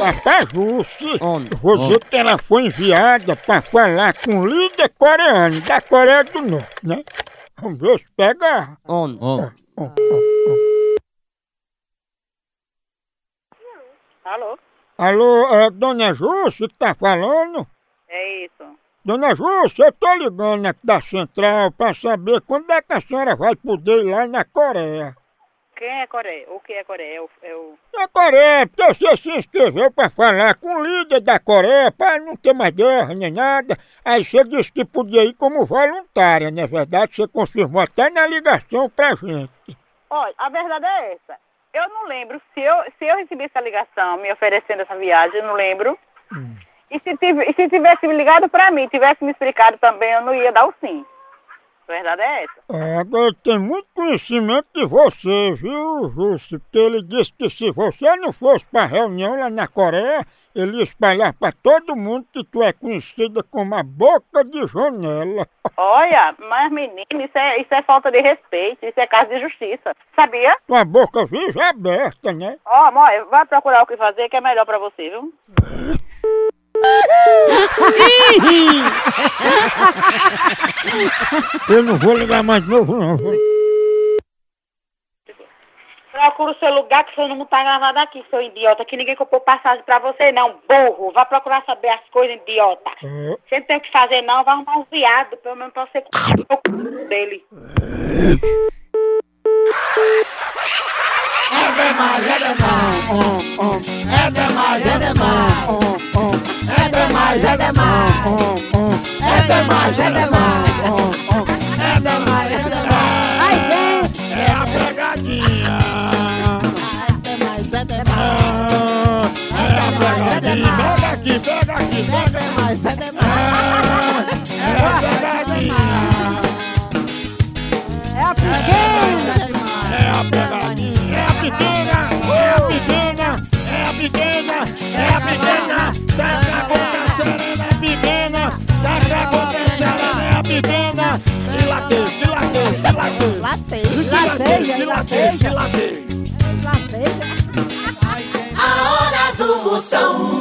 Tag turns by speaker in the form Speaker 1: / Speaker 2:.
Speaker 1: Matajusse,
Speaker 2: Homem.
Speaker 1: você que ela foi enviada para falar com o líder coreano da Coreia do Norte, né? Vamos ver se pega.
Speaker 2: On.
Speaker 3: Homem.
Speaker 1: Ó, ó, ó.
Speaker 4: Alô?
Speaker 1: Alô, é Dona Jusce que tá falando?
Speaker 4: É isso.
Speaker 1: Dona Jusce, eu tô ligando aqui da central para saber quando é que a senhora vai poder ir lá na Coreia.
Speaker 4: Quem é Coreia? O que é Coreia? É o. É o...
Speaker 1: Na Coreia, porque você se inscreveu pra falar com o líder da Coreia, pra não ter mais guerra nem nada. Aí você disse que podia ir como voluntária, na verdade, você confirmou até na ligação pra gente.
Speaker 4: Olha, a verdade é essa. Eu não lembro se eu, se eu recebi essa ligação me oferecendo essa viagem, eu não lembro. E se, tive- e se tivesse me ligado pra mim, tivesse me explicado também, eu não ia dar o sim. A verdade é essa.
Speaker 1: É, Agora tem muito conhecimento de você, viu, Justo? Porque ele disse que se você não fosse pra reunião lá na Coreia, ele ia espalhar pra todo mundo que tu é conhecida como a boca de janela.
Speaker 4: Olha, mas menino, isso é, isso é falta de respeito, isso é caso de justiça. Sabia?
Speaker 1: Tua boca vive aberta, né?
Speaker 4: Ó, amor, vai procurar o que fazer que é melhor pra você, viu?
Speaker 1: Eu não vou ligar mais de novo, não. viu?
Speaker 5: Procura o seu lugar que seu nome tá gravado aqui, seu idiota. Que ninguém comprou passagem pra você, não, burro. Vá procurar saber as coisas, idiota.
Speaker 1: É.
Speaker 5: Você não tem o que fazer, não. Vai arrumar um viado, pelo menos pra você comer o c... dele.
Speaker 1: Pega aqui, pega aqui, pega aqui. É a pegadinha. É a pequena, é a pequena, é a pequena, é a pequena. Tá pra acontecer, é a pequena. Tá pra acontecer, é a pequena. Dilatei, dilatei, dilatei. Dilatei, dilatei, dilatei.
Speaker 6: A hora do Moção.